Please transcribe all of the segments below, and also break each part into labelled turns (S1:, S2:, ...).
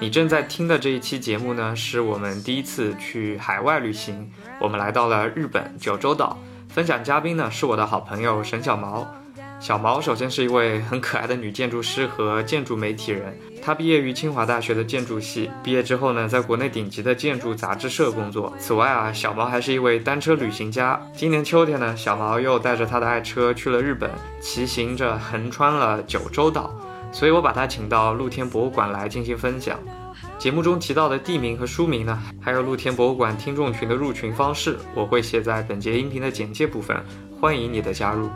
S1: 你正在听的这一期节目呢，是我们第一次去海外旅行，我们来到了日本九州岛。分享嘉宾呢是我的好朋友沈小毛。小毛首先是一位很可爱的女建筑师和建筑媒体人，她毕业于清华大学的建筑系，毕业之后呢，在国内顶级的建筑杂志社工作。此外啊，小毛还是一位单车旅行家。今年秋天呢，小毛又带着他的爱车去了日本，骑行着横穿了九州岛，所以我把他请到露天博物馆来进行分享。节目中提到的地名和书名呢，还有露天博物馆听众群的入群方式，我会写在本节音频的简介部分，欢迎你的加入。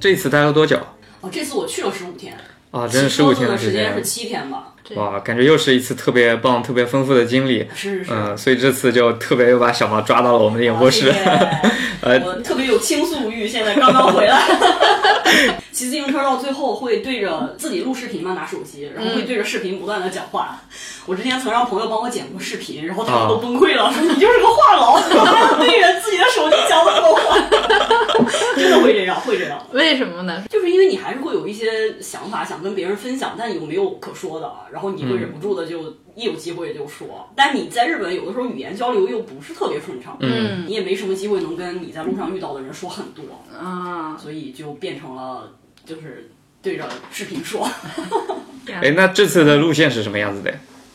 S1: 这次待了多久？
S2: 哦，这次我去了十五天，
S1: 啊，真的十五天
S2: 的
S1: 时
S2: 间
S1: 间
S2: 是，七天吧？
S3: 对
S1: 哇，感觉又是一次特别棒、特别丰富的经历。
S2: 是是是。
S1: 嗯，所以这次就特别又把小毛抓到了我们的演播室。呃
S2: 哎我特别有倾诉欲，现在刚刚回来。 骑自行车到最后会对着自己录视频嘛，拿手机，然后会对着视频不断的讲话。我之前曾让朋友帮我剪过视频，然后他们
S1: 啊
S2: 都崩溃了，说你就是个话痨， 还对着自己的手机讲那么多话， 真的会这样，会这样。
S3: 为什么呢？
S2: 就是因为你还是会有一些想法想跟别人分享，但你又没有可说的，啊然后你会忍不住的就一有机会就说。但你在日本有的时候语言交流又不是特别顺畅，嗯，你也没什么机会能跟你在路上遇到的人说很多，
S3: 啊，
S2: 所以就变成了就是对着视频说。
S1: 哎，那这次的路线是什么样子的？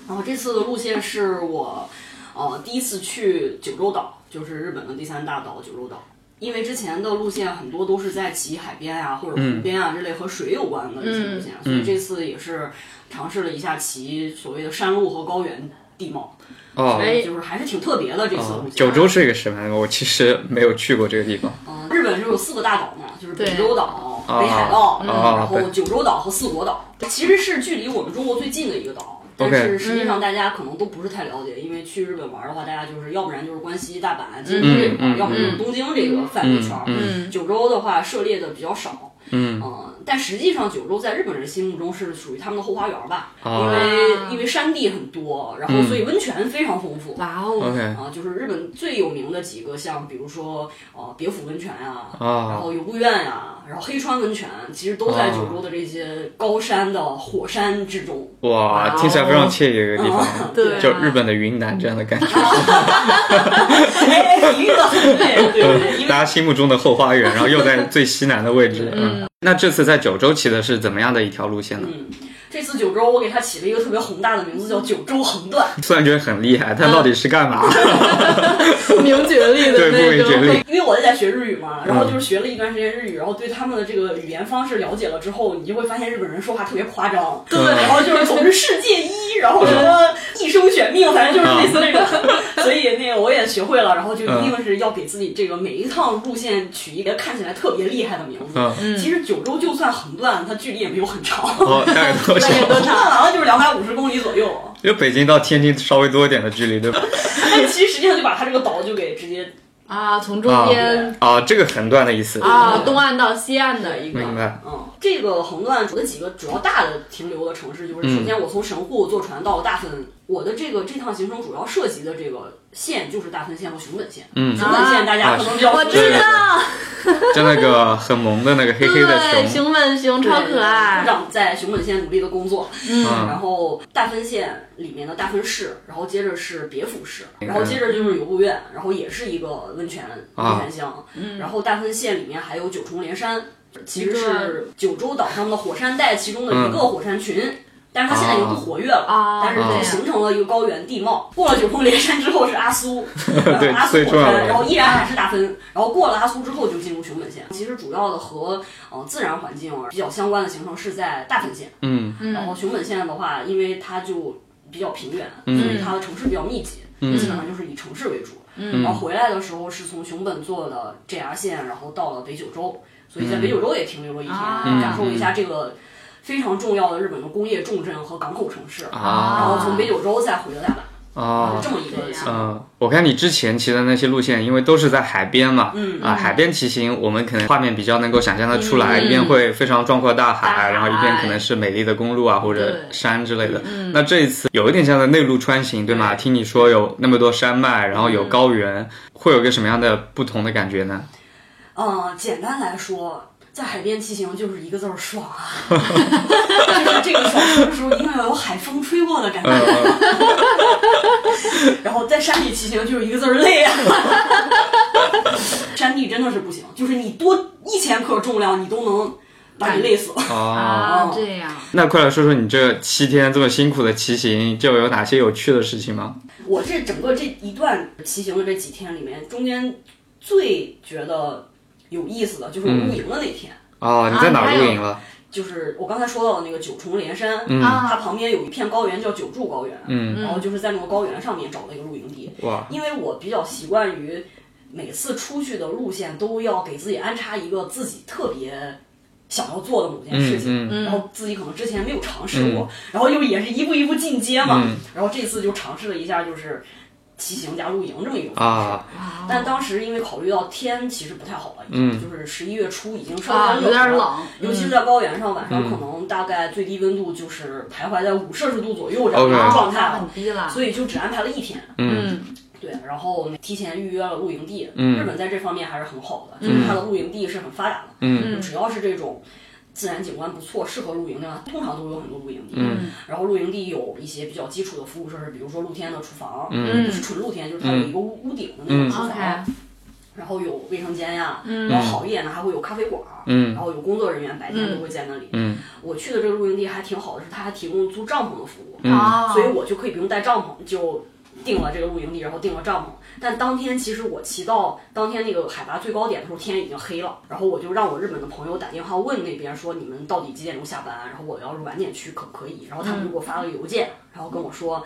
S2: 然后这次的路线是我，呃，第一次去九州岛，就是日本的第三大岛九州岛。因为之前的路线很多都是在骑海边啊或者
S1: 嗯
S2: 湖边啊、这类和水有关的一些路线，所以这次也是尝试了一下骑所谓的山路和高原地貌，
S1: 哦，
S3: 哎
S2: 就是还是挺特别的这次的路线。
S1: 九州是一个什么样的？我其实没有去过这个地方。
S2: 嗯，日本是有四个大岛嘛，就是
S3: 对
S2: 北洲岛、
S1: 啊
S2: 北海道，
S1: 嗯
S2: 然后
S1: 对
S2: 九州岛和四国岛，其实是距离我们中国最近的一个岛。但
S1: OK
S2: 是实际上大家可能都不是太了解，因为去日本玩的话，大家就是要不然就是关西、大阪、京都这块儿，
S1: 嗯
S2: 要不就是东京这个范围圈儿。
S1: 嗯
S2: 九州的话涉猎的比较少，
S1: 嗯
S2: 呃但实际上九州在日本人心目中是属于他们的后花园吧，
S1: 啊
S2: 因为因为山地很多，然后所以温泉非常丰富。
S3: 哇哦，
S1: OK，
S2: 啊，就是日本最有名的几个，像比如说呃别府温泉啊，
S1: 啊
S2: 然后游步院啊，然后黑川温泉，其实都在
S1: 啊
S2: 九州的这些高山的火山之中。
S1: 哇，听起来非常惬意的一个地
S2: 哦
S1: 方，
S3: 对啊
S1: 就日本的云南这样的感觉，
S2: 哎，哎比喻的很对，对 对对，因为
S1: 大家心目中的后花园，然后又在最西南的位置。嗯，那这次在九州骑的是怎么样的一条路线呢？
S2: 这次九州我给它起了一个特别宏大的名字，叫九州横断。
S1: 虽然觉得很厉害，但到底是干嘛？
S3: 不明觉厉 的
S1: 对，不
S3: 那
S1: 明觉
S3: 种，
S1: 厉。
S2: 因为我在学日语嘛，然后
S1: 嗯
S2: 就是学了一段时间日语，然后对他们的这个语言方式了解了之后，你就会发现日本人说话特别夸张，对
S1: 嗯
S2: 然后就是总是世界一，然后什么一生选命，反
S1: 嗯
S2: 正就是类似那种。所以那个我也学会了，然后就一定是要给自己这个每一趟路线取一个看起来特别厉害的名字。
S1: 嗯，
S2: 其实九州就算横断，它距离也没有很长，
S1: 哦，大概多久？
S2: 横断好像就是两百五十公里左右。
S1: 就北京到天津稍微多一点的距离，对吧？
S2: 但其实实际上就把它这个岛就给直接
S3: 啊，从中间
S1: 啊，这个横断的意思。
S3: 啊，东岸到西岸的一个，
S1: 明白。
S2: 嗯，这个横断的几个主要大的停留的城市，就是
S1: 嗯
S2: 首先我从神户坐船到大分，我的这个这趟行程主要涉及的这个线就是大分线和熊本县。嗯，熊本县大
S1: 啊
S2: 家可能比较
S3: 我
S2: 熟悉
S3: 知道，
S1: 就那个很萌的那个黑黑的
S3: 对，
S1: 熊，
S3: 熊本熊
S2: 对
S3: 超可
S2: 部
S3: 爱，啊
S2: 长在熊本县努力的工作，嗯，然后大分县里面的大分市，然后接着是别府市，然后接着就是游步院，然后也是一个温泉温泉乡，
S3: 嗯
S2: 然后大分县里面还有九重连山，其实是九州岛上的火山带其中的一个火山群。但是它现在已经不活跃了，
S3: 啊
S2: 但是
S3: 啊
S2: 也形成了一个高原地貌。过了九重连山之后是阿苏，
S1: 对
S2: 阿苏
S1: 最
S2: 火
S1: 重要的
S2: 山，然后依然还是大分，然后过了阿苏之后就进入熊本县。其实主要的和呃自然环境比较相关的行程是在大分县，
S1: 嗯，
S2: 然后熊本县的话，因为它就比较平原，
S1: 嗯
S2: 所以它的城市比较密集，基本上就是以城市为主。然
S1: 嗯
S2: 后回来的时候是从熊本坐的 JR 线，然后到了北九州，所
S1: 嗯
S2: 以在北九州也停留了一天，
S3: 啊
S2: 感受了一下这个非常重要的日本的工业重镇和港口城市。
S1: 啊
S2: 然后哦从北九州再回了大阪，
S1: 啊
S2: 是这么一个行程。
S1: 嗯，我看你之前骑的那些路线，因为都是在海边嘛，
S2: 嗯
S1: 啊，海边骑行，我们可能画面比较能够想象得出来，一边会非常壮阔大海，
S3: 嗯大海
S1: 然后一边可能是美丽的公路啊或者
S3: 对嗯
S1: 山之类的。那这一次有一点像在内陆穿行，对吗？听你说有那么多山脉，然后
S3: 嗯
S1: 有高原，会有个什么样的不同的感觉呢？
S2: 呃嗯，简单来说，在海边骑行就是一个字儿爽啊，就是这个爽的时候一定要有海风吹过的感觉， 然后在山里骑行就是一个字儿累啊。 山地真的是不行，就是你多一千克重量，你都能把你累死。
S1: 哦，
S3: 啊，这样
S1: 那快来说说你这七天这么辛苦的骑行，就有哪些有趣的事情吗？
S2: 我这整个这一段骑行的这几天里面，中间最觉得有意思的就是我露营的那天，
S1: 哦，你在哪
S3: 啊
S1: 儿
S3: 你还
S1: 露
S3: 有
S1: 营了？
S2: 就是我刚才说到的那个九重连山，它
S3: 啊，
S2: 旁边有一片高原叫九柱高原，
S1: 嗯
S2: 然后就是在那个高原上面找了一个露营地，
S1: 哇，
S2: 因为我比较习惯于每次出去的路线都要给自己安插一个自己特别想要做的某件事情，
S1: 嗯
S3: 嗯
S2: 然后自己可能之前没有尝试过，然后又也是一步一步进阶嘛，
S1: 嗯
S2: 然后这次就尝试了一下就是骑行加露营这么一种方式。
S1: 啊，
S3: 哦
S2: 但当时因为考虑到天其实不太好了，已
S1: 嗯
S2: 经就是十一月初已经稍
S3: 啊，
S2: 微
S3: 有
S2: 有
S3: 点
S2: 点
S3: 冷，
S2: 尤其是
S3: 嗯
S2: 在高原上，晚上
S1: 嗯
S2: 可能大概最低温度就是徘徊在五摄氏度左右这样
S1: OK
S2: 的一
S1: 冷
S2: 个
S1: 的
S2: 状态
S3: 哦
S2: 了，
S3: 很低了，
S2: 所以就只安排了一天。
S1: 嗯
S3: 嗯
S2: 对，然后提前预约了露营地。
S1: 嗯
S2: 日本在这方面还是很好的，就是它的露营地是很发达的，
S1: 嗯
S3: 嗯
S2: 只要是这种自然景观不错、适合露营的，通常都有很多露营地。
S1: 嗯
S2: 然后露营地有一些比较基础的服务设施，比如说露天的厨房，
S1: 嗯
S2: 就是纯露天，就是它有一个屋屋顶的那种
S1: 嗯
S2: 厨房，
S3: ，OK，
S2: 然后有卫生间呀、
S3: 嗯
S2: 然后好一点的还会有咖啡馆儿，
S1: 嗯
S2: 然后有工作人员白天都会在那里。
S1: 嗯
S2: 我去的这个露营地还挺好的，是它还提供租帐篷的服
S1: 嗯
S2: 务，
S3: 啊，
S2: 所以我就可以不用带帐篷，就订了这个露营地，然后订了帐篷。但当天其实我骑到当天那个海拔最高点的时候，天已经黑了，然后我就让我日本的朋友打电话问那边说你们到底几点钟下班？然后我要是晚点去可不可以？然后他们就给我发了个邮件，然后跟我说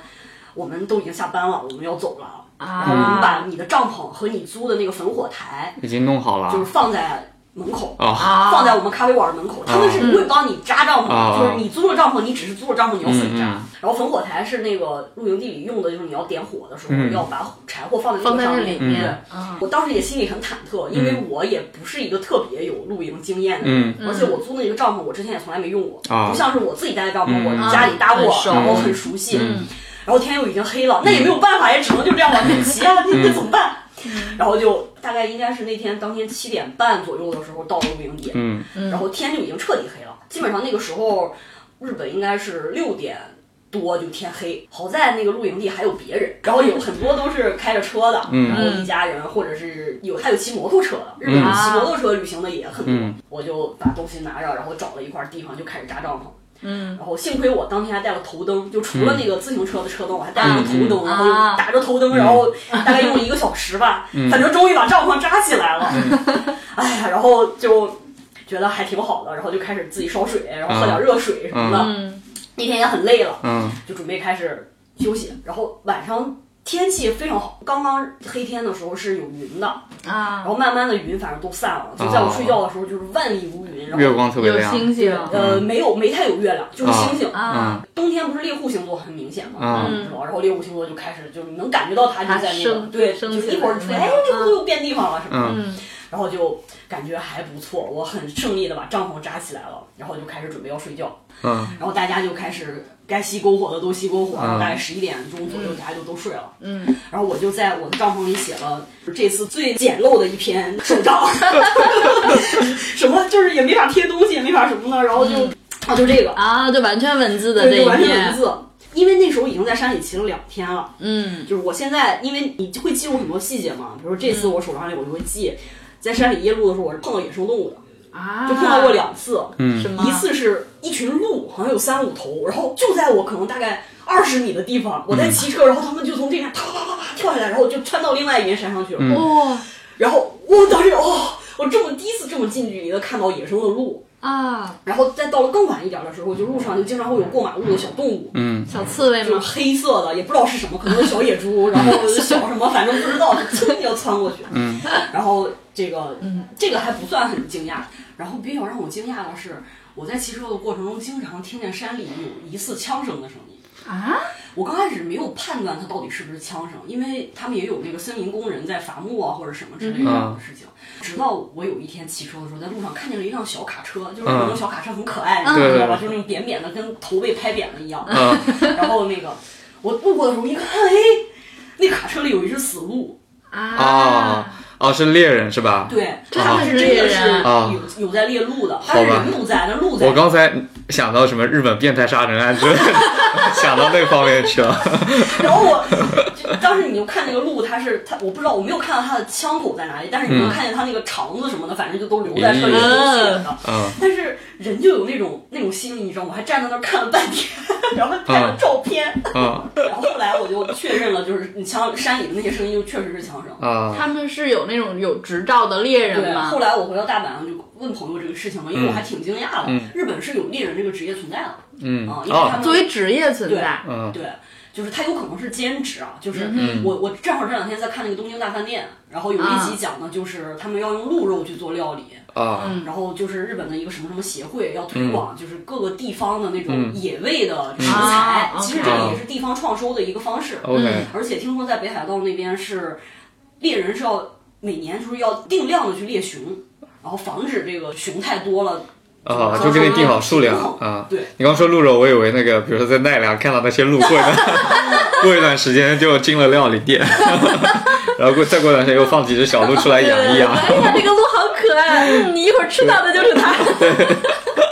S2: 我们都已经下班了，我们要走了。然后你把
S3: 啊
S2: 你的帐篷和你租的那个焚火台，
S1: 已经弄好了啊
S2: 就是放在门口，
S1: 哦，
S3: 啊，
S2: 放在我们咖啡馆的门口，他们是不会帮你扎帐篷
S1: 啊
S2: 的，就是你租了帐篷，你只是租了帐篷，你要自己扎
S1: 嗯。
S2: 然后焚火台是那个露营地里用的，就是你要点火的时候
S1: 嗯
S2: 要把柴火放在
S3: 放
S2: 那
S3: 在
S2: 个上
S3: 那
S2: 面
S3: 里。面，嗯
S2: 我当时也心里很忐忑，因
S1: 嗯
S2: 为我也不是一个特别有露营经验的人，而且我租那个帐篷，我之前也从来没用过，
S1: 啊
S2: 不像是我自己带的帐篷，
S1: 嗯
S2: 我家里搭过，
S3: 很熟
S2: 然后很熟悉。
S1: 嗯
S2: 然后天又已经黑了，那也没有办法，也只能就这样往前骑啊，
S1: 嗯
S2: 那怎么办？然后就大概应该是那天当天七点半左右的时候到了露营地，
S1: 嗯
S2: 然后天就已经彻底黑了，基本上那个时候日本应该是六点。多就天黑，好在那个露营地还有别人，然后有很多都是开着车的，然后一家人或者是有还有骑摩托车的，日本
S1: 嗯
S2: 骑摩托车旅行的也很多。
S1: 嗯
S2: 我就把东西拿着，然后找了一块地方就开始扎帐篷。嗯，然后幸亏我当天还带了头灯，就除
S1: 嗯
S2: 了那个自行车的车灯，我还带了个头灯，然
S3: 啊
S2: 后打着头灯，然后
S1: 嗯
S2: 大概用了一个小时吧，反正终于把帐篷扎起来了。
S1: 嗯
S2: 哎呀，然后就觉得还挺好的，然后就开始自己烧水，然后喝点热水什么的。
S3: 嗯
S2: 那天也很累了，
S1: 啊嗯
S2: 就准备开始休息。然后晚上天气非常好，刚刚黑天的时候是有云的，然
S3: 啊，
S2: 后慢慢的云反正都散了。就在我睡觉的时候，就是万里无云，然
S1: 哦月
S2: 后
S1: 光特别
S3: 有
S1: 亮，
S3: 星星
S2: 呃没有没太有月亮，就是星星。
S3: 啊，
S2: 冬天不是猎户星座很明显嘛，
S1: 嗯
S2: 你知道，然后猎户星座就开始就能感觉到它就在那
S3: 它
S2: 个
S3: 升
S2: 对，就
S3: 升起来嗯
S2: 一会儿出来，哎
S3: 那个，
S2: 猎户座又变地方了什么的。
S1: 嗯
S3: 嗯
S2: 然后就感觉还不错，我很胜利的把帐篷扎起来了，然后就开始准备要睡觉，
S1: 嗯
S2: 然后大家就开始该熄篝火的都熄篝火，
S1: 嗯
S2: 大概十一点钟左右大家就都睡了，
S3: 嗯，
S2: 然后我就在我的帐篷里写了这次最简陋的一篇手 账，什么就是也没法贴东西，也没法什么的，然后就、
S3: 嗯
S2: 啊就这个，
S3: 啊，就完全文字的这
S2: 对，就完
S3: 一
S2: 全文
S3: 面，
S2: 字。因为那时候已经在山里骑了两天了，
S3: 嗯
S2: 就是我现在，因为你会记录很多细节嘛，比如说这
S3: 嗯
S2: 次我手上里我就会记，在山里夜路的时候我是碰到野生动物的，
S3: 啊，
S2: 就碰到过两次，
S1: 嗯
S3: 什么
S2: 一次是一群鹿，好像有三五头，然后就在我可能大概二十米的地方，我在
S1: 嗯
S2: 骑车，然后他们就从这边啪啪啪啪跳下来，然后就穿到另外一边山上去了。
S1: 嗯
S3: 哦
S2: 然后我当时哦，我这么第一次这么近距离的看到野生的鹿，
S3: 啊，
S2: 然后再到了更晚一点的时候，就路上就经常会有过马路的小动物，
S1: 嗯
S3: 小刺猬
S2: 就是
S3: 吗？
S2: 黑色的，也不知道是什么，可能是小野猪，然后小什么，反正不知道，就噌就窜过去。嗯，然后这个，这个还不算很惊讶。然后比较让我惊讶的是，我在骑车的过程中，经常听见山里有疑似枪声的声音。
S3: 啊，
S2: 我刚开始没有判断它到底是不是枪声，因为他们也有那个森林工人在伐木啊或者什么之类
S1: 嗯
S2: 的事情。直到我有一天骑车的时候，在路上看见了一辆小卡车，就是那种小卡车很可爱，你知道
S1: 嗯
S2: 吧？
S1: 对
S2: 就是那种扁扁的，跟头被拍扁了一样。
S1: 嗯
S2: 然后那个我路过的时候一看，哎，那卡车里有一只死鹿，
S3: 啊
S1: 啊，哦，是猎人是吧？
S2: 对，
S1: 这
S2: 他们是真的是
S1: 啊
S2: 有有在猎鹿的，
S1: 好
S2: 但
S1: 吧
S2: 是人不在，但鹿在。
S1: 我刚才想到什么日本变态杀人案之类的， 想到那方面去了。
S2: 然后我就当时你就看那个鹿，它是它，我不知道我没有看到它的枪口在哪里，但是你
S1: 嗯
S2: 能看见它那个肠子什么的，反正就都留在车里流血的。
S1: 嗯，
S2: 但是人就有那种那种心理，你知道吗？我还站在那儿看了半天， 然后还拍了照片。
S1: 嗯
S2: 然后后来我就确认了，就是你枪山里的那些声音就确实是枪声。
S1: 啊
S3: 他们是有那种有执照的猎
S2: 对，
S3: 人吗
S2: 后？来我回到大阪我就问朋友这个事情嘛，因为我还挺惊讶的，
S1: 嗯
S2: 日本是有猎人这个职业存在的，
S1: 嗯
S2: 啊，因为他
S1: 哦
S2: 们
S3: 作为职业存在，
S1: 嗯
S2: 对，就是他有可能是兼职啊，就是我我正好这两天在看那个《东京大饭店》，然后有一
S1: 嗯
S2: 集讲的就是他们要用鹿肉去做料理，
S1: 啊
S2: 然后就是日本的一个什么什么协会要
S1: 嗯
S2: 推广，就是各个地方的那种野味的食材，
S3: 啊
S2: 其实这个也是地方创收的一个方式，
S1: 嗯，OK，
S2: 而且听说在北海道那边是猎人是要每年就是要定量的去猎熊，然后防止这个熊太多了。
S1: 啊，就给你定好数量啊。
S2: 对，
S1: 你刚说鹿肉，我以为那个，比如说在奈良看到那些鹿，过一 段过一段时间就进了料理店， 然后过再过段时间又放几只小鹿出来养一养。
S3: 哎呀，这个鹿好可爱，嗯你一会儿吃到的就是它。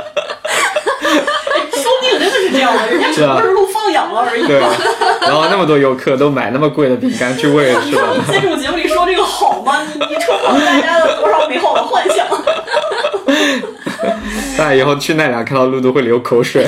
S2: 说不定真的是这样的，人家只不过是鹿放养了而已。
S1: 啊对，啊然后那么多游客都买那么贵的饼干去喂，是
S2: 你说
S1: 吧
S2: 你？在这种节目里说这个好吗？你你戳破了大家的多少美好的幻想？
S1: 但以后去奈良看到鹿都会流口水。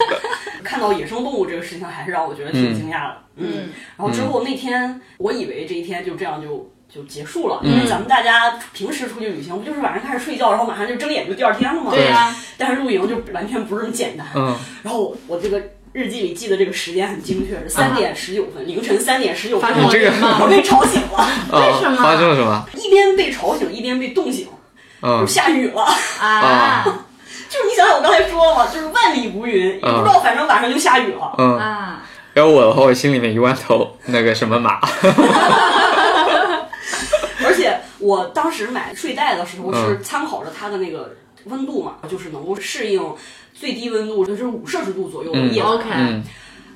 S2: 看到野生动物这个事情，还是让我觉得挺惊讶的。嗯，然后之后那天，我以为这一天就这样就。就结束
S1: 嗯
S2: 了，因为咱们大家平时出去旅行，不就是晚上开始睡觉，然后马上就睁眼就第二天了吗？
S1: 对
S3: 呀，
S2: 但是露营就完全不是这么简单。
S1: 嗯，
S2: 然后我这个日记里记的这个时间很精确，是三点十九分，凌晨三点十九分，
S3: 发生
S1: 你
S3: 了
S1: 这个
S3: 什么
S2: 我被吵醒了，
S1: 啊
S3: 为什，么
S1: 发生了什么？
S2: 一边被吵醒，一边被冻醒，就
S1: 嗯
S2: 下雨了。
S3: 啊
S2: 就是你想想，我刚才说了嘛，就是万里无云，也不知道，反正晚上就下雨了。
S1: 嗯，
S3: 啊！
S1: 要我的话，我心里面一万头那个什么 马。
S2: 而且我当时买睡袋的时候
S1: 嗯
S2: 是参考着它的那个温度嘛，就是能够摄应最低温度就是五摄氏度左右的夜晚。
S3: OK
S1: 嗯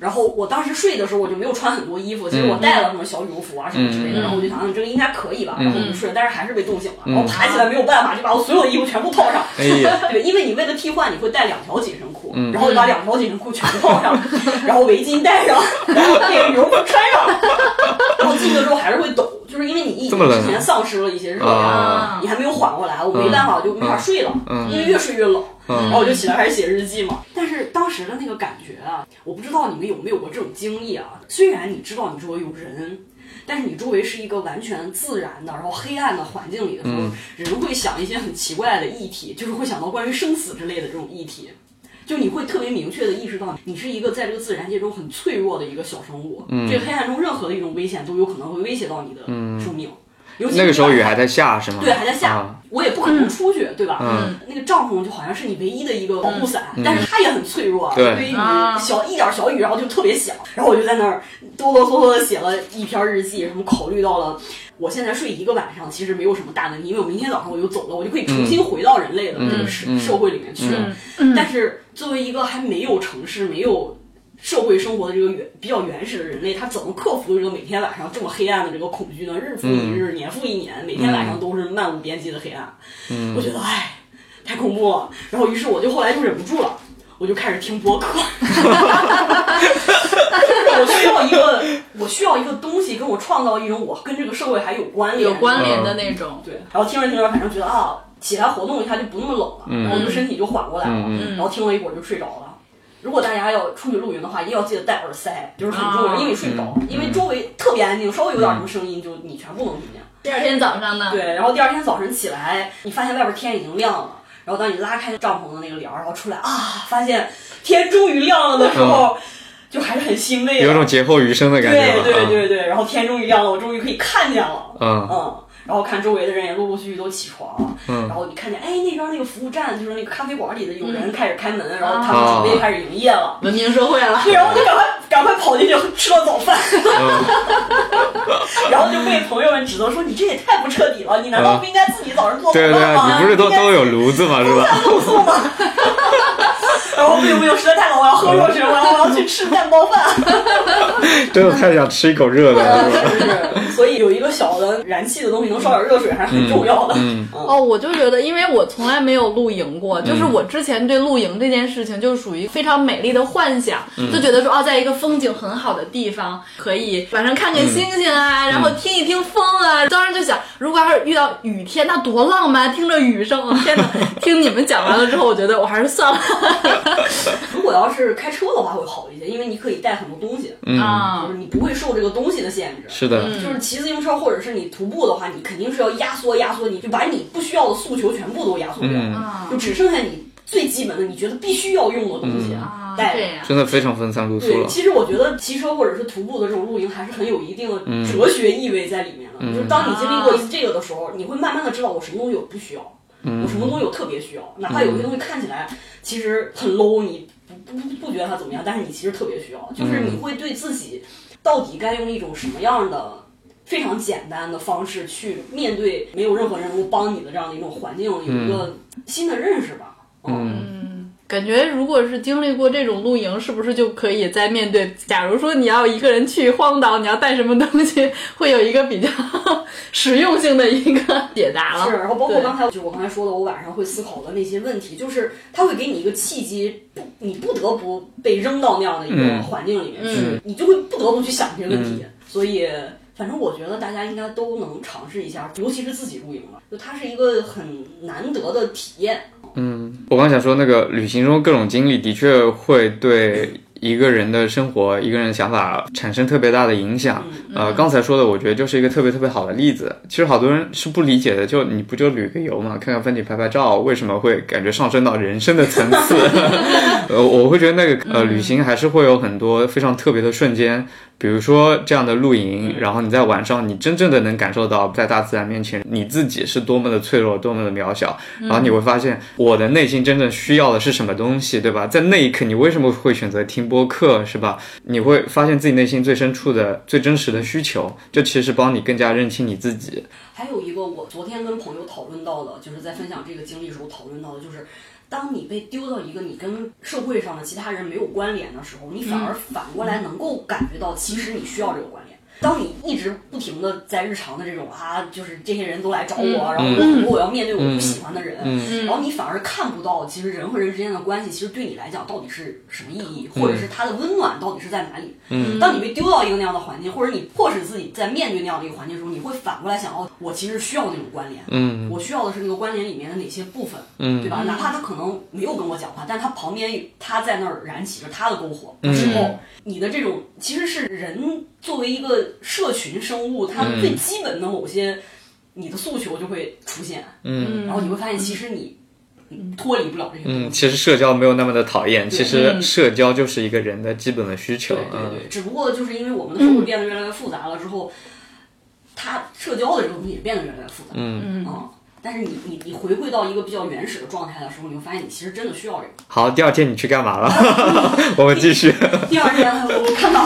S2: 然后我当时睡的时候我就没有穿很多衣服，其实我带了什么小羽绒服啊什么之类的，
S1: 嗯
S2: 然后我就想想这个应该可以吧，然后我就睡了，但是还是被冻醒了。然后爬起来没有办法，就把我所有的衣服全部套上。
S1: 哎呀， 嗯
S2: 对，因为你为了替换，你会带两条紧身裤，然后你把两条紧身裤全套上，然后围巾戴上，然后那个羽绒服穿上， 然后进去的时候还是会抖，就是因为你已
S1: 这
S2: 经
S1: 么冷
S2: 之前丧失了一些热量，
S1: 啊，
S3: 啊
S2: 你还没有缓过来，我
S1: 嗯
S2: 没办法，我就没法睡了，因为越睡越冷，然后我就起来开始写日记嘛。但是当时的那个感觉啊，我不知道你们有没有过这种经历啊，虽然你知道你周围有人。但是你周围是一个完全自然的，然后黑暗的环境里的时候，
S1: 嗯
S2: 人会想一些很奇怪的议题，就是会想到关于生死之类的这种议题。就你会特别明确的意识到，你是一个在这个自然界中很脆弱的一个小生物，
S1: 嗯
S2: 这个黑暗中任何的一种危险都有可能会威胁到你的生命。尤其
S1: 那个时候雨
S2: 是
S1: 还在下是吗？
S2: 对，还在下，
S1: 啊
S2: 我也不可能出去，对吧？嗯，那个帐篷就好像是你唯一的一个保护伞，但是它也很脆弱，
S1: 嗯对
S2: 于
S3: 啊
S2: 你小一点小雨，然后就特别响。然后我就在那儿哆哆嗦嗦的写了一篇日记，什么考虑到了我现在睡一个晚上，其实没有什么大问题，因为我明天早上我就走了，我就可以重新回到人类的这个社、
S1: 嗯
S2: 社会里面去了。但是作为一个还没有城市、没有社会生活的这个原比较原始的人类，他怎么克服这个每天晚上这么黑暗的这个恐惧呢？日复
S1: 嗯
S2: 一日，年复一年，每天晚上都是漫无边际的黑暗。我觉得哎，太恐怖了。然后于是我就后来就忍不住了，我就开始听播客。 我需要一个，我需要一个东西跟我创造一种我跟这个社会还有关联的嗯
S3: 有关联
S1: 嗯
S3: 的那种，
S2: 对，然后听着听着，反正觉得啊，起来活动一下就不那么冷了，然后就身体就缓过来了，然后听了一会儿就睡着了。如果大家要出去露营的话，一定要记得戴耳塞，就是很重要，
S3: 啊
S2: 因为你睡不着，因为周围特别安静，稍微有点什么声音就你全部能听见。
S3: 第二天早上呢，
S2: 对，然后第二天早晨起来，你发现外边天已经亮了。然后当你拉开帐篷的那个帘儿，然后出来啊，发现天终于亮了的时候，就还是很欣慰
S1: 嗯
S2: 的。
S1: 有种劫后余生的感觉
S2: 对
S1: 吧。
S2: 对对对，然后天终于亮了，我终于可以看见了。
S1: 嗯
S2: 嗯，然后看周围的人也陆陆续续都起床了。嗯，然后你看见哎那边那个服务站就是那个咖啡馆里的有人开始开门，然后他们
S1: 啊
S2: 准备开始营业了。
S3: 文明社会了。
S2: 对，然后我就赶快赶快跑进去吃了早饭，
S1: 嗯
S2: 然后就被朋友们指责说你这也太不彻底了，你难道不应该自己早上做早
S1: 啊对对对
S2: 饭吗？
S1: 啊，你不是都
S2: 应该
S1: 都有炉子吗？是 吧？
S2: 露宿吗？然后不行不行，实在太冷，我要喝热水，我要我要去吃蛋包饭。 嗯
S1: 真的太想吃一口热的了，是吧？
S2: 是，所以有一个小的燃气的东西能烧点热水还是很重要的。
S1: 嗯
S2: 嗯，
S3: 哦，我就觉得，因为我从来没有露营过，就是我之前对露营这件事情就是属于非常美丽的幻想，就觉得说哦，在一个风景很好的地方，可以晚上看看星星啊，然后听一听风啊。当时就想，如果要是遇到雨天，那多浪漫，听着雨声。哦天哪！听你们讲完了之后，我觉得我还是算了
S2: 如果要是开车的话会好一些，因为你可以带很多东西，
S1: 嗯，
S3: 啊
S2: 就是你不会受这个东西的限制。
S1: 是的，
S2: 就是骑自行车或者是你徒步的话，你肯定是要压缩压缩，你就把你不需要的诉求全部都压缩掉，
S1: 嗯，
S3: 啊
S2: 就只剩下你最基本的你觉得必须要用的东西
S1: 嗯
S3: 啊！
S2: 带
S3: 这样
S1: 真的非常分散路
S2: 对，
S1: 了。
S2: 其实我觉得骑车或者是徒步的这种露营，还是很有一定的哲学意味在里面的。就是当你经历过一次这个的时候，你会慢慢的知道我什么东西我不需要，我什么东西我特别需要，哪怕有些东西看起来其实很 low，你不不不觉得它怎么样，但是你其实特别需要。就是你会对自己到底该用一种什么样的。非常简单的方式去面对没有任何人能够帮你的这样的一种环境，有一个新的认识吧。嗯
S3: 感觉如果是经历过这种露营，是不是就可以在面对？ 假如说你要一个人去荒岛，你要带什么东西，会有一个比较实用性的一个解答了。
S2: 是，然后包括
S3: 对
S2: 刚才就我刚才说的，我晚上会思考的那些问题，就是它会给你一个契机，不，你不得不被扔到那样的一个
S1: 嗯
S2: 环境里面去，
S1: 嗯
S2: 你就会不得不去想这些问题。所以，反正我觉得大家应该都能尝试一下，尤其是自己露营了，就它是一个很难得的体验。
S1: 我刚想说，那个旅行中各种经历的确会对一个人的生活、一个人的想法产生特别大的影响。呃，刚才说的，我觉得就是一个特别特别好的例子。其实好多人是不理解的，就你不就旅个游嘛，看看风景、拍拍照，为什么会感觉上升到人生的层次？呃，我会觉得那个呃，旅行还是会有很多非常特别的瞬间，比如说这样的露营，然后你在晚上，你真正的能感受到在大自然面前你自己是多么的脆弱，多么的渺小，然后你会发现我的内心真正需要的是什么东西，对吧？在那一刻，你为什么会选择听播客，是吧？你会发现自己内心最深处的、最真实的需求，就其实帮你更加认清你自己。
S2: 还有一个，我昨天跟朋友讨论到的，就是在分享这个经历时候讨论到的，就是当你被丢到一个你跟社会上的其他人没有关联的时候，你反而反过来能够感觉到，其实你需要这个关联。当你一直不停的在日常的这种啊，就是这些人都来找我，然后有很多我要面对我不喜欢的人，然后你反而看不到，其实人和人之间的关系，其实对你来讲到底是什么意义，或者是它的温暖到底是在哪里？嗯，当你被丢到一个那样的环境，或者你迫使自己在面对那样的一个环境的时候，你会反过来想，哦，我其实需要那种关联，嗯，我需要的是那个关联里面的哪些部分，嗯，对吧？哪怕他可能没有跟我讲话，但他旁边有他在那儿燃起着他的篝火的时候，你的这种其实是人作为一个社群生物，他们最基本的某些你的诉求就会出现，嗯，然后你会发现其实你脱离不了这些
S1: 嗯，
S2: 东西。
S1: 其实社交没有那么的讨厌，其实
S3: 嗯
S1: 社交就是一个人的基本的需求。
S2: 对对对，
S1: 嗯
S2: 只不过就是因为我们的社会变得越来越复杂了之后，它社交的这个东西也变得越来越复杂。嗯但是你你你回归到一个比较原始的状态的时候，你会发现你其实真的需要这个。
S1: 好，第二天你去干嘛了？ 我们继 续。
S2: 第二天我 看到，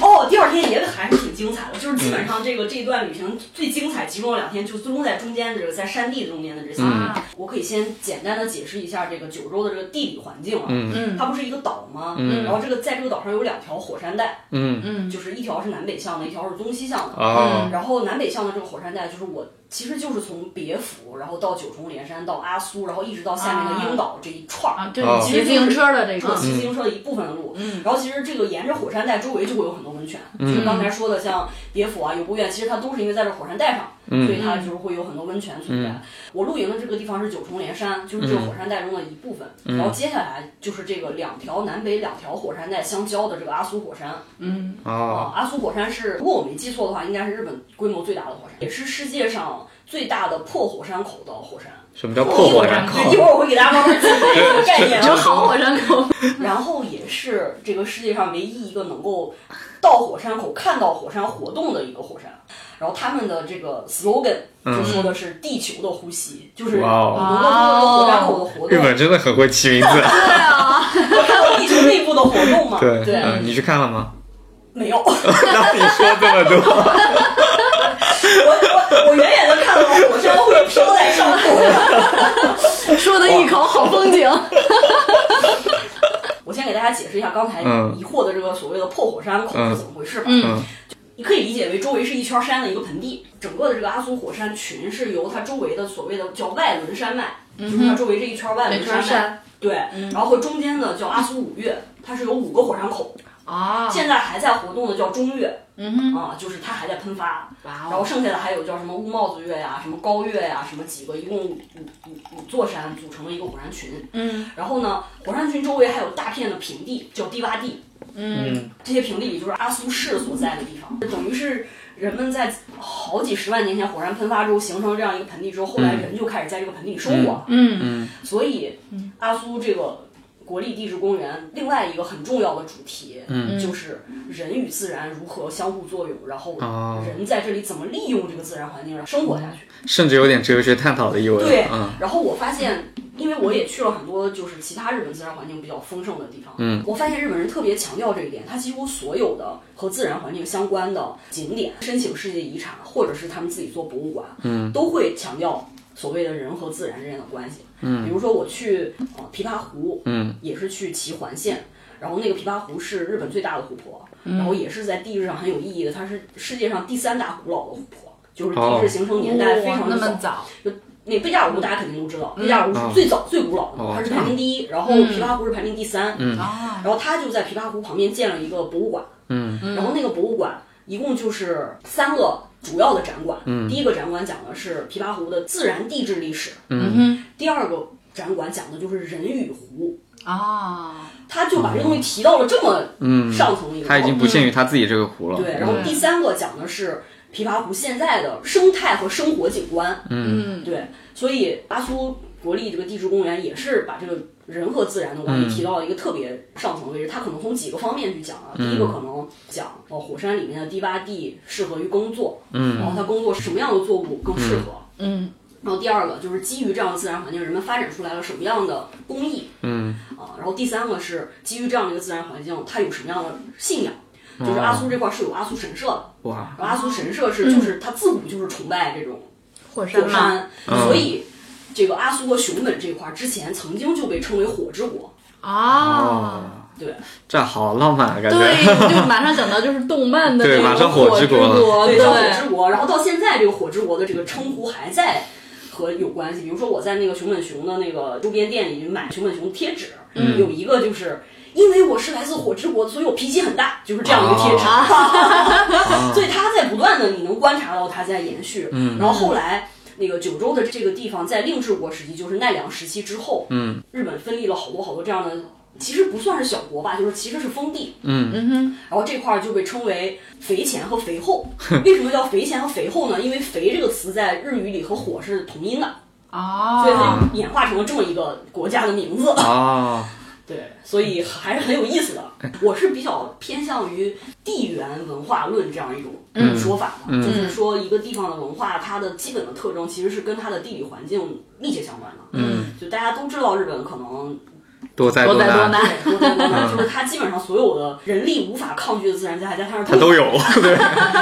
S2: 哦，第二天也还是挺精彩的，就是基本
S1: 嗯
S2: 上这个这一段旅行最精彩集中了两天，就集中在中间的这个在山地中间的这
S1: 嗯
S2: 些。
S3: 啊
S2: 我可以先简单的解释一下这个九州的这个地理环境啊，
S3: 嗯
S2: 它不是一个岛吗？
S1: 嗯
S2: 然后这个在这个岛上有两条火山带，
S1: 嗯
S3: 嗯
S2: 就是一条是南北向的，一条是东西向的。
S1: 哦，
S2: 然后南北向的这个火山带，就是我其实就是从别府，然后到九重连山，到阿苏，然后一直到下面的樱岛这一串儿，
S3: 啊，这是骑自行车的这
S2: 是我
S3: 个，
S2: 嗯骑自行车的一部分的路。
S3: 嗯
S2: 然后其实这个沿着火山带周围就会有很多温泉，
S1: 嗯
S2: 就是刚才说的像别府啊、游步院，其实它都是因为在这火山带上，
S1: 嗯
S2: 所以它就是会有很多温泉存在。我露营的这个地方是九重连山，就是
S1: 嗯
S2: 这个火山带中的一部分。然后接下来就是这个两条南北两条火山带相交的这个阿苏火山。
S3: 嗯
S1: 哦，
S2: 啊，阿苏火山是，如果我没记错的话，应该是日本规模最大的火山，也是世界上最大的破火山口的火山。
S1: 什么叫破火山
S2: 对
S1: 口
S2: 一？会儿我会给大家慢慢解释这个概念
S3: 有
S2: 啊。
S3: 好火山口，
S2: 然后也是这个世界上唯一一个能够到火山口看到火山活动的一个火山。然后他们的这个 slogan 就说的是“地球的呼吸”，就是你能
S1: 嗯哇哦
S2: 够看到火山口的 活
S1: 日
S2: 动，
S1: 本真的很会起名 字。
S2: 看到地球内部的活动嘛。
S1: 对，
S2: 对，
S1: 嗯，你去看了吗？
S2: 没有。
S1: 那你说这么多，
S2: 我我我远远的看到火山会飘在上空。
S3: 说的一口好风 景。
S2: 我先给大家解释一下刚才
S1: 嗯
S2: 疑惑的这个所谓的破火山口是怎么回事吧。
S3: 嗯
S1: 嗯
S2: 你可以理解解为周围是一圈山的一个盆地。整个的这个阿苏火山群是由它周围的所谓的叫外轮山脉，就是它周围这一圈外轮
S3: 嗯圈
S2: 脉。
S3: 山嗯
S2: 对，然后和中间的叫阿苏五岳，它是有五个火山口，
S3: 啊，
S2: 现在还在活动的叫中岳，
S3: 嗯哼，
S2: 啊，就是它还在喷发。
S3: 哇哦
S2: 然后剩下的还有叫什么乌帽子岳呀、什么高岳呀、什么几个，一共五五五座山组成了一个火山群。
S3: 嗯
S2: 然后呢，火山群周围还有大片的平地，叫低洼地。
S3: 嗯
S1: 嗯
S2: 这些平地里就是阿苏市所在的地方，等于是人们在好几十万年前火山喷发之后形成了这样一个盆地之后，后来人就开始在这个盆地里生活了。
S3: 嗯
S1: 嗯
S2: 所以，阿苏这个国立地质公园另外一个很重要的主题，
S1: 嗯
S2: 就是人与自然如何相互作用，然后
S1: 哦
S2: 人在这里怎么利用这个自然环境让生活下去。
S1: 甚至有点哲学探讨的意味。
S2: 对
S1: 嗯
S2: 然后我发现，因为我也去了很多就是其他日本自然环境比较丰盛的地方，嗯，我发现日本人特别强调这一点，他几乎所有的和自然环境相关的景点申请世界遗产，或者是他们自己做博物馆，嗯，都会强调所谓的人和自然之间的关系。嗯，比如说我去呃琵琶湖，
S1: 嗯，
S2: 也是去骑环线。然后那个琵琶湖是日本最大的湖泊，然后也是在地质上很有意义的，它是世界上第三大古老的湖泊，就是地质形成年代非常
S3: 那
S2: 的
S3: 么
S2: 早。
S3: 早，
S2: 那贝加尔湖大家肯定都知道，贝加尔湖
S1: 啊
S2: 是最早、最古老的，
S1: 哦
S2: 它是排名第一，然后琵琶湖是排名第三，
S1: 嗯
S3: 啊，
S2: 然后它就在琵琶湖旁边建了一个博物馆，嗯，然后那个博物馆一共就是三个主要的展馆，嗯，第一个展馆讲的是琵琶湖的自然地质历史，
S3: 嗯
S2: 第二个展馆讲的就是人与湖，
S3: 哼啊，
S2: 他就把这个东西提到了这么上层的一
S1: 哦嗯
S2: 个高度，
S1: 他已经不限于他自己这个湖了。
S2: 嗯对，然后
S1: 嗯
S2: 第三个讲的是琵琶湖现在的生态和生活景观。
S3: 嗯
S2: 对，所以阿苏国立这个地质公园也是把这个人和自然的关系提到了一个特别上层的位置。它可能从几个方面去讲啊，第一个可能讲哦，火山里面的低洼地适合于耕作，嗯，然后它耕作什么样的作物更适合。
S3: 嗯
S2: 然后第二个就是基于这样的自然环境，人们发展出来了什么样的工艺？嗯啊，然后第三个是基于这样的一个自然环境，它有什么样的信仰？就是阿苏这块是有阿苏神社的，
S1: 哇，
S2: 然后阿苏神社是就是它自古就是崇拜这种
S3: 火山
S2: 火
S3: 嘛，
S2: 山，所以这个阿苏和熊本这块儿之前曾经就被称为火之国。
S3: 啊。
S2: 哦对，
S1: 这好浪漫啊，感
S3: 对，
S1: 觉。
S3: 我就马上想到就是动漫的
S1: 对
S3: 那
S1: 马
S3: 种
S1: 上火
S3: 之
S1: 之国了
S2: 对，
S3: 对，
S2: 叫火之国。然后到现在，这个火之国的这个称呼还在和有关系。比如说，我在那个熊本熊的那个周边店里买熊本熊贴纸，有一个就是。因为我是来自火之国，所以我脾气很大，就是这样一个贴纸。 所以它在不断的，你能观察到它在延续。然后后来那个九州的这个地方，在令制国时期，就是奈良时期之后，嗯，日本分立了好多好多这样的，其实不算是小国吧，就是其实是封地。然后这块儿就被称为肥前和肥后。为什么叫肥前和肥后呢？因为肥这个词在日语里和火是同音的，
S3: 啊，
S2: 所以它就演化成了这么一个国家的名字。
S1: 哦，
S2: 对，嗯所以还是很有意思的。我是比较偏向于地缘文化论这样一种说法的，就是说一个地方的文化，它的基本的特征其实是跟它的地理环境密切相关的。嗯，就大家都知道日本可能
S1: 多灾
S3: 多灾多
S1: 难，
S3: 难，
S2: 对多灾多难，就是它基本上所有的人力无法抗拒的自然灾害，在它那儿
S1: 他都 有。对，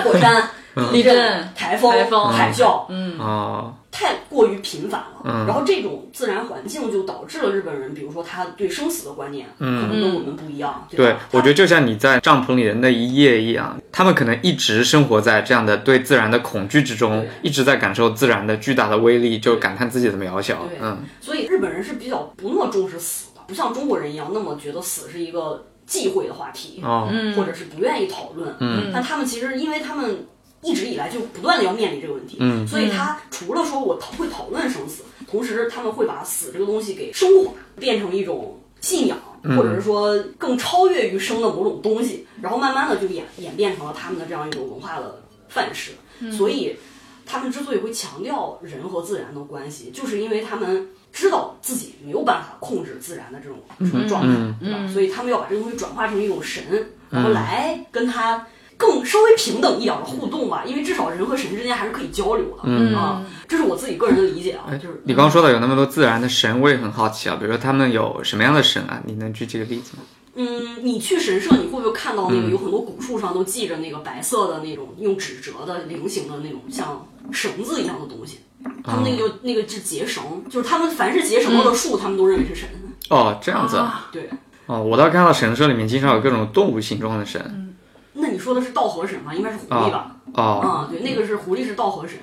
S2: 火山、
S3: 地
S1: 嗯
S2: 地
S3: 震
S2: 震、台风、
S3: 嗯台风嗯
S2: 海啸，
S1: 哦，
S2: 太过于频繁了。
S1: 嗯
S2: 然后这种自然环境就导致了日本人，比如说他对生死的观念，可能跟
S3: 嗯
S2: 我们不一样。
S1: 对
S2: 吧，
S1: 我觉得就像你在帐篷里的那一夜一样，他们可能一直生活在这样的对自然的恐惧之中
S2: 对，
S1: 一直在感受自然的巨大的威力，就感叹自己的渺小
S2: 对。
S1: 嗯，
S2: 所以日本人是比较不那么重视死的，不像中国人一样那么觉得死是一个忌讳的话题，
S1: 哦，
S2: 或者是不愿意讨论。嗯，但他们其实因为他们。一直以来就不断的要面临这个问题，嗯，所以他除了说我讨会讨论生死，同时他们会把死这个东西给升华，变成一种信仰，或者是说更超越于生的某种东西，然后慢慢的就演演变成了他们的这样一种文化的范式。所以他们之所以会强调人和自然的关系，就是因为他们知道自己没有办法控制自然的这种这种状态，对吧？所以他们要把这个东西转化成一种神，然后来跟他。更稍微平等一点的互动吧，因为至少人和神之间还是可以交流的、啊，这是我自己个人的理解啊，就是
S1: 你刚刚说到有那么多自然的神，我也很好奇啊，比如说他们有什么样的神啊？你能举几个例子吗？
S2: 嗯，你去神社，你会不会看到那个有很多古树上都系着那个白色的那种用纸折的菱形的那种像绳子一样的东西？他们那个就那个是结绳，就是他们凡是结绳子的树，他们都认为是神。
S1: 哦，这样子啊。
S2: 对，
S1: 哦，我倒看到神社里面经常有各种动物形状的神，
S2: 那你说的是稻荷神吧？应该是狐狸吧？
S1: 哦，
S2: 啊、对，啊那个是狐狸是稻荷神。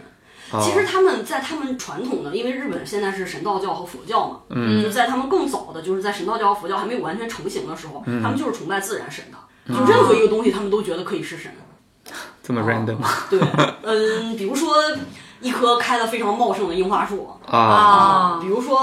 S2: 其实他们在他们传统的，因为日本现在是神道教和佛教嘛，嗯，就在他们更早的，就是在神道教和佛教还没有完全成型的时候，他们就是崇拜自然神的，就任何一个东西他们都觉得可以是神。
S1: 这么 random
S2: 对，嗯，比如说一棵开得非常茂盛的樱花树
S1: 啊！
S3: 啊
S2: 比如说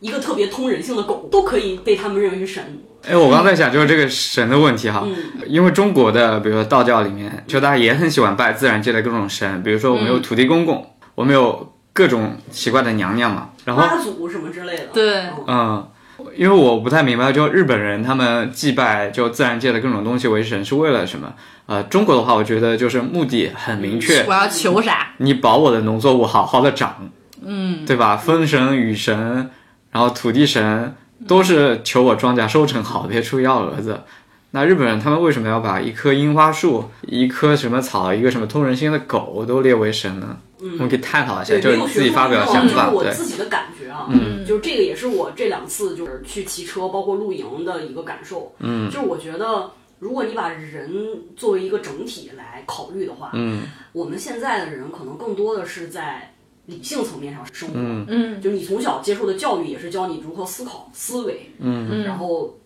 S2: 一个特别通人性的狗，都可以被他们认为是神。
S1: 哎，我刚在想就是这个神的问题哈，因为中国的比如说道教里面，就大家也很喜欢拜自然界的各种神，比如说我们有土地公公，我们有各种奇怪的娘娘嘛，然后
S2: 妈祖什么之类的，
S3: 对
S2: 嗯
S1: 嗯，因为我不太明白，就日本人他们祭拜就自然界的各种东西为神是为了什么？呃，中国的话，我觉得就是目的很明确
S3: 我，要求啥？
S1: 你保我的农作物好好的长，嗯，对吧？风神、雨神，然后土地神都是求我庄稼收成好，别出幺蛾子。那日本人他们为什么要把一棵樱花树、一棵什么草、一个什么通人心的狗都列为神呢？我们可以探讨一下，
S2: 嗯对，
S1: 就
S2: 没
S1: 是
S2: 有
S1: 你
S2: 学
S1: 自己
S2: 过
S1: 发表
S2: 没有
S1: 想
S2: 就是
S1: 法，
S2: 我
S1: 对，
S2: 自己的感觉啊，嗯，就是这个也是我这两次就是去骑车，包括露营的一个感受，嗯，就是我觉得。如果你把人作为一个整体来考虑的话，嗯，我们现在的人可能更多的是在理性层面上生活，
S3: 嗯
S2: 就是你从小接受的教育也是教你如何思考、思维，嗯，然后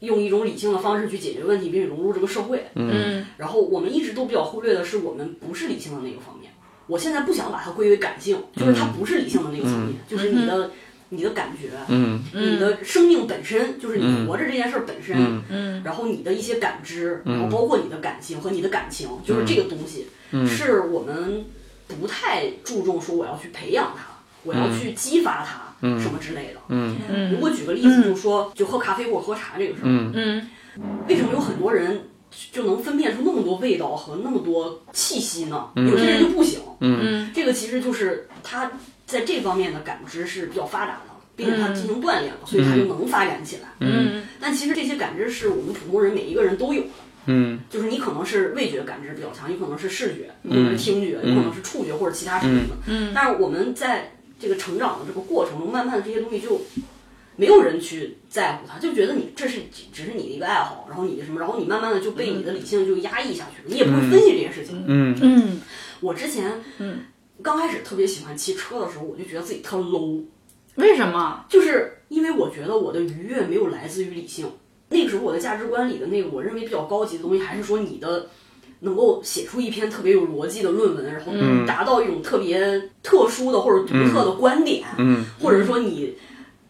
S2: 用一种理性的方式去解决问题，并且融入这个社会，
S3: 嗯
S2: 然后我们一直都比较忽略的是，我们不是理性的那个方面。我现在不想把它归为感性，就是它不是理性的那个层面，就是你的、你的感觉，
S1: 嗯
S2: 你的生命本身，就是你活着这件事儿本身，嗯，然后你的一些感知，然后
S1: 嗯
S2: 包括你的感情和你的感情，就是这个东西，是我们不太注重说我要去培养它，我要去激发它，什么之类的。
S1: 嗯
S2: 如果举个例子，就说就喝咖啡或者喝茶这个事儿，
S1: 嗯
S3: 嗯
S2: 为什么有很多人就能分辨出那么多味道和那么多气息呢？有些人就不行。
S3: 嗯
S2: 这个其实就是他在这方面的感知是比较发达的，并且他进行锻炼了，所以他就能发展起来。
S3: 嗯
S2: 但其实这些感知是我们普通人每一个人都有的。
S1: 嗯。
S2: 就是你可能是味觉感知比较强，有可能是视觉，
S3: 嗯
S2: 有可能是听觉，有可能是触觉或者其他什么的。嗯，但是我们在这个成长的这个过程中，慢慢的这些东西就没有人去在乎它，就觉得你这是只是你的一个爱好，然后你的什么，然后你慢慢的就被你的理性就压抑下去了，你也不会分析这些事情。
S1: 嗯
S3: 嗯
S2: 我之前，嗯，刚开始特别喜欢骑车的时候，我就觉得自己特 low，
S3: 为什么？
S2: 就是因为我觉得我的愉悦没有来自于理性。那个时候我的价值观里的那个我认为比较高级的东西，还是说你的能够写出一篇特别有逻辑的论文，然后达到一种特别特殊的或者独特的观点，
S1: 嗯嗯
S2: 或者说你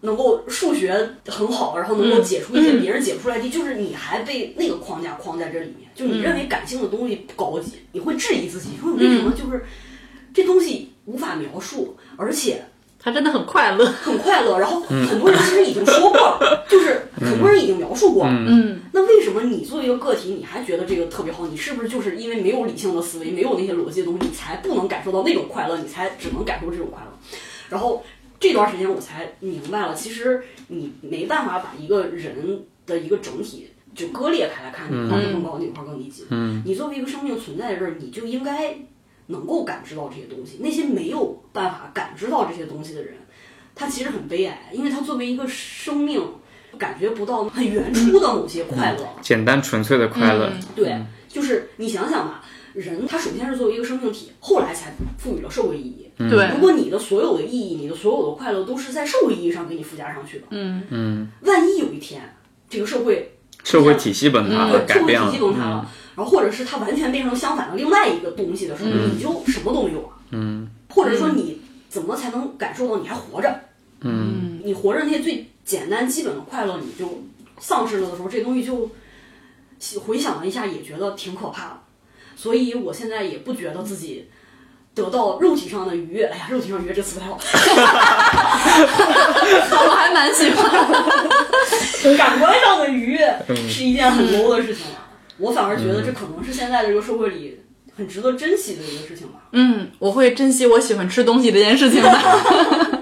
S2: 能够数学很好，然后能够解出一些别人解不出来的题，就是你还被那个框架框在这里面，就你认为感性的东西不高级，你会质疑自己，说为什么就是这东西无法描述，而且
S3: 他真的很快乐。
S2: 很快乐，然后很多人其实已经说过了，就是很多人已经描述过了。
S3: 嗯
S2: 那为什么你作为一个个体，你还觉得这个特别好？你是不是就是因为没有理性的思维，没有那些逻辑的东西，你才不能感受到那种快乐，你才只能感受这种快乐？然后这段时间我才明白了，其实你没办法把一个人的一个整体就割裂开来看，哪块更高，哪块更低级。嗯，你作为一个生命存在在这儿，你就应该能够感知到这些东西。那些没有办法感知到这些东西的人，他其实很悲哀，因为他作为一个生命。感觉不到很原初的某些快乐，
S1: 简单纯粹的快乐。
S2: 对，就是你想想吧，人他首先是作为一个生命体，后来才赋予了社会意义。
S3: 对
S2: 如果你的所有的意义，你的所有的快乐都是在社会意义上给你附加上去的，
S3: 嗯
S2: 万一有一天这个社会
S1: 社会体系崩塌了，
S2: 对
S1: 改
S2: 嗯社会
S1: 变
S2: 体
S1: 了嗯
S2: 系。崩塌了，然后或者是它完全变成相反的另外一个东西的时候，
S1: 嗯
S2: 你就什么都没有了。嗯，或者说你怎么才能感受到你还活着？
S3: 嗯
S2: 你活着那些最简单基本的快乐，你就丧失了的时候，这东西就回想了一下，也觉得挺可怕的。所以我现在也不觉得自己得到肉体上的愉悦。哎呀，肉体上愉悦这词不太好，
S3: 嗯我还蛮喜欢。
S2: 感官上的愉悦是一件很
S3: 嗯
S2: low 的事情了。我反而觉得这可能是现在的这个社会里很值得珍惜的一个事情吧。
S3: 嗯，我会珍惜我喜欢吃东西这件事情的。
S1: 我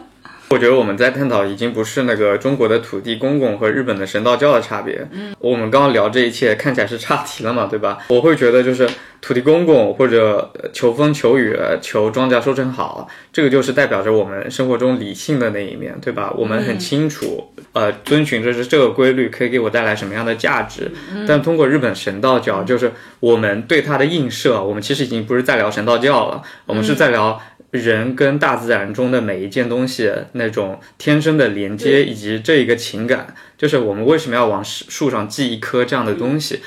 S1: 我觉得我们在探讨已经不是那个中国的土地公公和日本的神道教的差别。嗯，我们刚刚聊这一切看起来是岔题了嘛，对吧？我会觉得就是土地公公或者呃求风求雨求庄稼收成好，这个就是代表着我们生活中理性的那一面，对吧？我们很清楚，呃，遵循着是这个规律可以给我带来什么样的价值。但通过日本神道教，就是我们对它的映射，我们其实已经不是在聊神道教了，我们是在聊人跟大自然中的每一件东西那种天生的连接，以及这一个情感，就是我们为什么要往树树上系一棵这样的东西。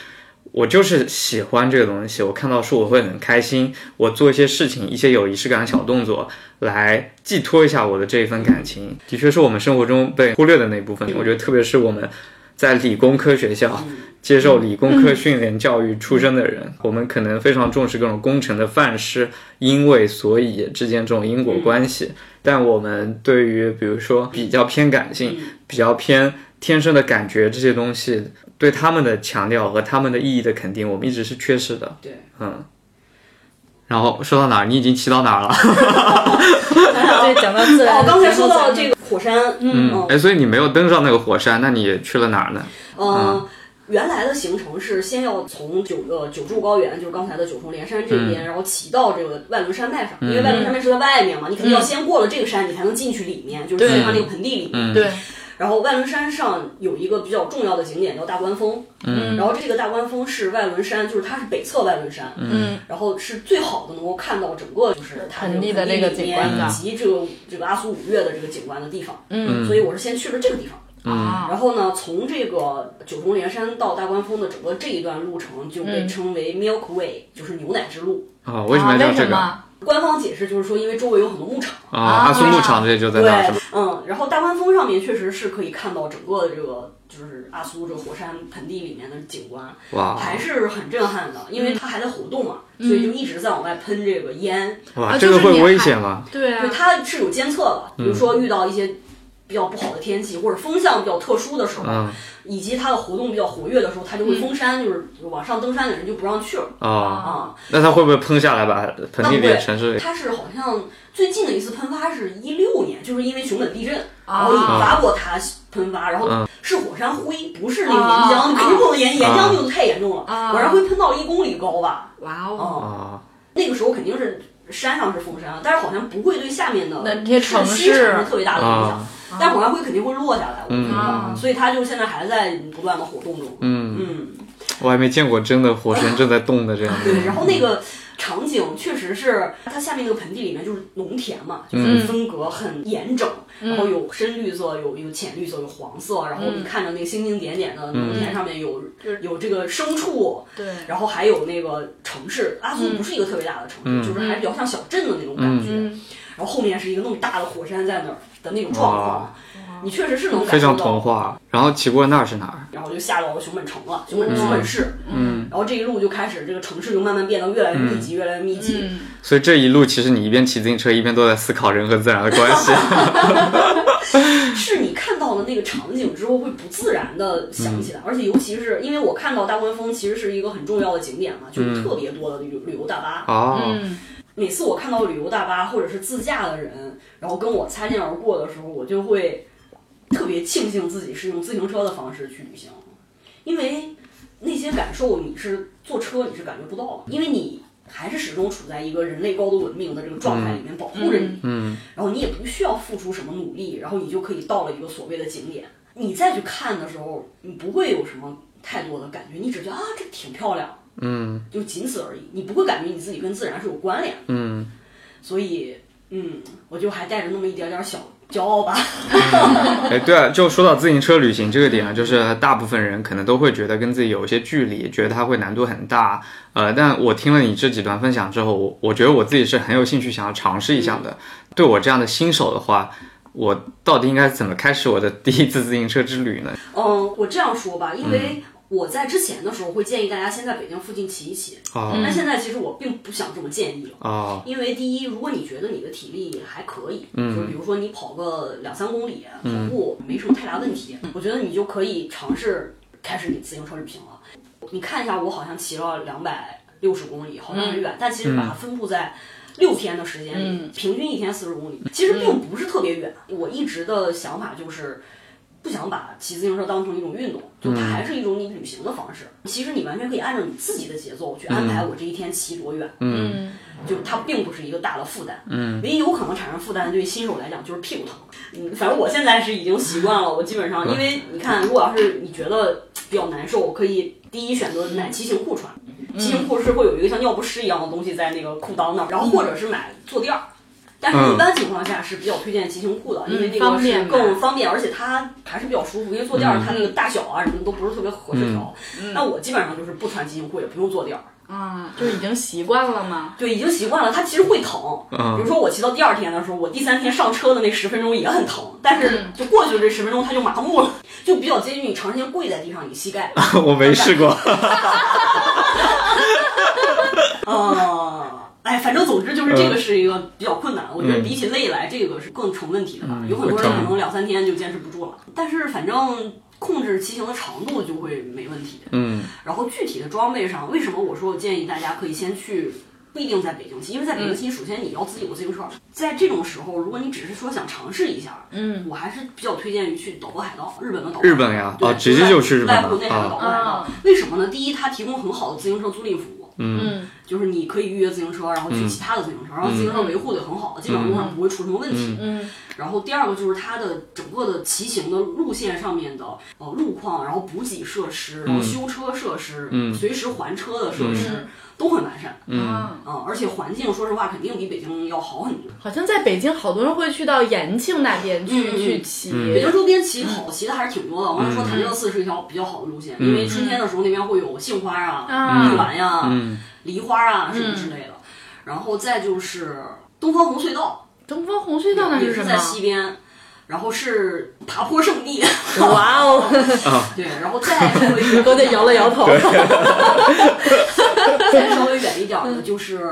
S1: 我就是喜欢这个东西，我看到树我会很开心，我做一些事情，一些有仪式感的小动作来寄托一下我的这一份感情，的确是我们生活中被忽略的那一部分。我觉得特别是我们在理工科学校接受理工科训练教育出身的人，我们可能非常重视各种工程的范式，因为所以之间这种因果关系。但我们对于比如说比较偏感性、比较偏天生的感觉这些东西，对他们的强调和他们的意义的肯定，我们一直是缺失的。
S2: 对，
S1: 嗯。然后说到哪儿？你已经骑到哪儿了？
S3: 啊对，讲到自然，
S2: 哦，刚才说到这个火山，嗯
S1: 嗯，哎，所以你没有登上那个火山，那你去了哪儿呢？
S2: 呃，原来的行程是先要从九个九柱高原，就是刚才的九重连山这边，然后骑到这个外轮山脉上，因为外轮山脉是在外面嘛，你肯
S3: 嗯
S2: 定要先过了这个山，你才能进去里面，就是进它那个盆地里面。
S3: 对，
S2: 然后哦外轮山上有一个比较重要的景点叫大关峰，嗯，然后这个大关峰是外轮山，就是它是北侧外轮山，嗯，然后是最好的能够看到整个就是它这
S3: 盆地的
S2: 盆
S3: 这个
S2: 里
S3: 景
S2: 面
S3: 观的
S2: 以及这个这个阿苏五岳的这个景观的地方，嗯，所以我是先去了这个地方。
S3: 啊
S2: 然后呢，从这个九重连山到大关峰的整个这一段路程就
S3: 嗯
S2: 被称为 Milk Way，、就是牛奶之路。
S1: 哦，为什么要叫
S3: 为
S1: 这
S3: 什
S1: 个？
S3: 么？
S2: 官方解释就是说，因为周围有很多牧场。
S1: 啊，阿苏牧场这些就在那儿是吧？
S2: 嗯，然后大关峰上面确实是可以看到整个这个就是阿苏这个火山盆地里面的景观，
S1: 哇
S2: 哦
S1: 哦
S2: 还是很震撼的，因为它还在活动嘛，所以就一直在往外喷这个烟。
S1: 哇，
S3: 啊
S1: 这
S3: 就
S1: 个
S3: 是
S1: 会
S3: 你
S1: 危
S3: 还
S1: 险吗？
S3: 对啊
S2: 对，，它是有监测的，比如说
S1: 嗯
S2: 遇到一些比较不好的天气、或者风向比较特殊的时候，
S1: 嗯
S2: 以及它的活动比较活跃的时候，它就会封山，就是往上登山的人就不让去了
S1: 哦，
S2: 啊。
S1: 那它会不会喷下来把盆地里的城市给？
S2: 它是好像最近的一次喷发是一六年，就是因为熊本地震，
S3: 啊
S2: 然后引发过它喷发，然后是火山灰，不是那个岩
S3: 啊
S2: 浆，你肯定不能岩岩
S1: 嗯啊
S2: 浆就太严重了，
S3: 啊
S2: 火山灰喷到了一公里高吧？
S3: 哇哦，
S2: 哦，
S1: 哦，
S2: 那个时候肯定是山上是封山，但是好像不会对下面的
S3: 那这些城市
S2: 市产生特别大的影响
S1: 啊。
S2: 但火山灰肯定会落下来，我觉得，
S3: 啊
S2: 所以它就现在还在不断的活动中。
S1: 嗯，
S2: 嗯，
S1: 我还没见过真的火山正在动的这样
S3: 嗯
S2: 对。然
S1: 的。
S2: 后那个场景确实是它下面那个盆地里面就是农田嘛，
S3: 嗯
S2: 就是分隔很严整，然后有深绿色，有有浅绿色，有黄色，
S3: 嗯
S2: 然后你看着那个星星点点的农田上面有、有这个牲畜，
S3: 对，
S2: 然后还有那个城市，阿苏不是一个特别大的城市，就是还比较像小镇的那种感觉。
S3: 嗯，
S2: 然后后面是一个那么大的火山在那儿的那种状况，你确实是能
S1: 非
S2: 感受
S1: 常童
S2: 到。
S1: 话。然后骑过那儿是哪儿？
S2: 然后就下到了熊本城了，熊本熊本市，嗯，然后这一路就开始，这个城市就慢慢变得越来越密集，越来越密集。
S1: 所以这一路其实你一边骑自行车，一边都在思考人和自然的关 系。
S2: 是你看到的那个场景之后会不自然的想起来，而且尤其是因为我看到大关峰其实是一个很重要的景点嘛，就是特别多的旅旅游大巴。
S1: 哦，
S2: 嗯
S3: 嗯
S2: 每次我看到旅游大巴或者是自驾的人，然后跟我擦肩而过的时候，我就会特别庆幸自己是用自行车的方式去旅行，因为那些感受你是坐车你是感觉不到的，因为你还是始终处在一个人类高度文明的这个状态里面，保护着你，嗯，然后你也不需要付出什么努力，然后你就可以到了一个所谓的景点，你再去看的时候，你不会有什么太多的感觉，你只觉得啊这挺漂亮。就仅此而已，你不会感觉你自己跟自然是有关联。嗯，所以，嗯，我就还带着那么一点点小骄傲吧。
S1: 哎，对啊，就说到自行车旅行这个点啊，就是大部分人可能都会觉得跟自己有一些距离，觉得它会难度很大。呃，但我听了你这几段分享之后，我我觉得我自己是很有兴趣想要尝试一下
S2: 嗯
S1: 的。对我这样的新手的话，我到底应该怎么开始我的第一次自行车之旅呢？
S2: 嗯，我这样说吧，因为我在之前的时候会建议大家先在北京附近骑一骑，
S1: 哦、
S2: 但现在其实我并不想这么建议了。
S1: 哦，
S2: 因为第一，如果你觉得你的体力还可以，嗯，就比如说你跑个两三公里，跑步没什么太大问题，我觉得你就可以尝试开始你自行车旅行了。你看一下，我好像骑了两百六十公里，好像很远，但其实把它分布在六天的时间里，
S3: 嗯
S2: 平均一天四十公里，其实并不是特别远。我一直的想法就是。不想把骑自行车当成一种运动，就它还是一种你旅行的方式。其实你完全可以按照你自己的节奏去安排，我这一天骑多远，
S3: 嗯，
S2: 就它并不是一个大的负担。嗯，唯一有可能产生负担的对于新手来讲就是屁股疼。嗯，反正我现在是已经习惯了，我基本上因为你看，如果要是你觉得比较难受，可以第一选择买骑行裤穿。骑行裤是会有一个像尿不湿一样的东西在那个裤裆那儿，然后或者是买坐垫儿。但是，一般情况下是比较推荐骑行裤的，因为那个
S3: 嗯方
S2: 是
S3: 便
S2: 更
S3: 嘛
S2: 方便，而且它还是比较舒服，因为坐垫儿它那个大小啊什么都不是特别合适调。那我基本上就是不穿骑行裤，也不用坐垫儿，
S3: 啊，就是已经习惯了嘛。
S2: 对，已经习惯了，它其实会疼。
S1: 嗯
S2: 比如说我骑到第二天的时候，我第三天上车的那十分钟也很疼，但是就过去了这十分钟，它就麻木了，就比较接近你长时间跪在地上，你膝盖。
S1: 我没试过。哦
S2: 呃， 哎，反正总之就是
S1: 嗯
S2: 这个是一个比较困难，我觉得比起累来，这个是更成问题的吧。
S1: 嗯
S2: 有很多人可能两三天就坚持不住了，但是反正控制骑行的长度就会没问题。
S1: 嗯
S2: 然后具体的装备上，为什么我说我建议大家可以先去，不一定在北京骑，因为在
S1: 嗯
S2: 北京骑，首先你要自己有自行车，在这种时候，如果你只是说想尝试一下，
S3: 嗯，
S2: 我还是比较推荐于去岛国海盗，日本的岛国海盗。
S1: 日本呀
S2: 对
S1: 啊直接就是日本
S2: 濑
S1: 的
S2: 户内海的岛国海盗
S3: 啊。
S2: 为什么呢？第一，它提供很好的自行车租赁服务。
S3: 嗯
S2: 就是你可以预约自行车，然后去骑他的自行车，然后自行车维护的很好，基本上路上不会出什么问题。
S3: 嗯
S2: 然后第二个就是它的整个的骑行的路线上面的呃路况，然后补给设施，然后修车设施，随时还车的设施、都很完善。嗯、
S1: 嗯，
S2: 而且环境说实话肯定比北京要好很多。
S3: 好像在北京，好多人会去到延庆那边去、
S2: 嗯嗯
S3: 去骑。
S2: 北京周边骑好骑的还是挺多的。我刚才说潭柘寺是一条比较好的路线，因为春天的时候那边会有杏花啊、
S3: 啊嗯
S2: 玉兰呀、
S1: 嗯
S2: 梨花啊什么之类的。然后再就是东方红隧道。
S3: 东方红隧道那
S2: 也
S3: 是什
S2: 在西
S3: 么？
S2: 边，然后是爬坡圣地，
S3: 哇哦，
S2: 对，然后再稍微
S3: 我都得摇了摇， 头。
S2: 再稍微远一点
S3: 嗯
S2: 的就是，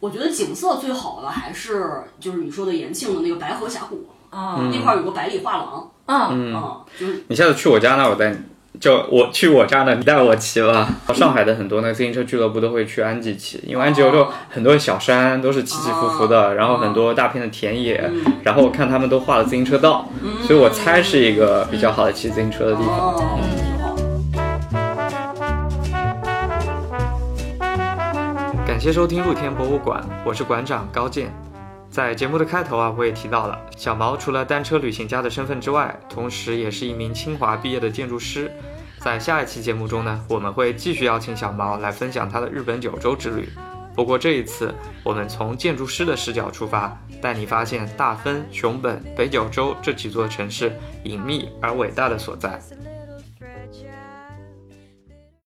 S2: 我觉得景色最好的还是就是你说的延庆的那个白河峡谷。
S3: 啊
S2: 那块儿有个百里画廊，
S3: 嗯，
S2: 嗯，就是
S1: 你下次去我家那，我带你。就我去我家那，你带我骑吧。上海的很多那个自行车俱乐部都会去安吉骑，因为安吉有就很多小山都是起起伏伏的，然后很多大片的田野，然后我看他们都画了自行车道，所以我猜是一个比较好的骑自行车的地方。
S2: 哦，挺好。
S1: 感谢收听露天博物馆，我是馆长高健。在节目的开头啊，我也提到了，小毛除了单车旅行家的身份之外，同时也是一名清华毕业的建筑师。在下一期节目中呢，我们会继续邀请小毛来分享他的日本九州之旅。不过这一次，我们从建筑师的视角出发，带你发现大分、熊本、北九州这几座城市隐秘而伟大的所在。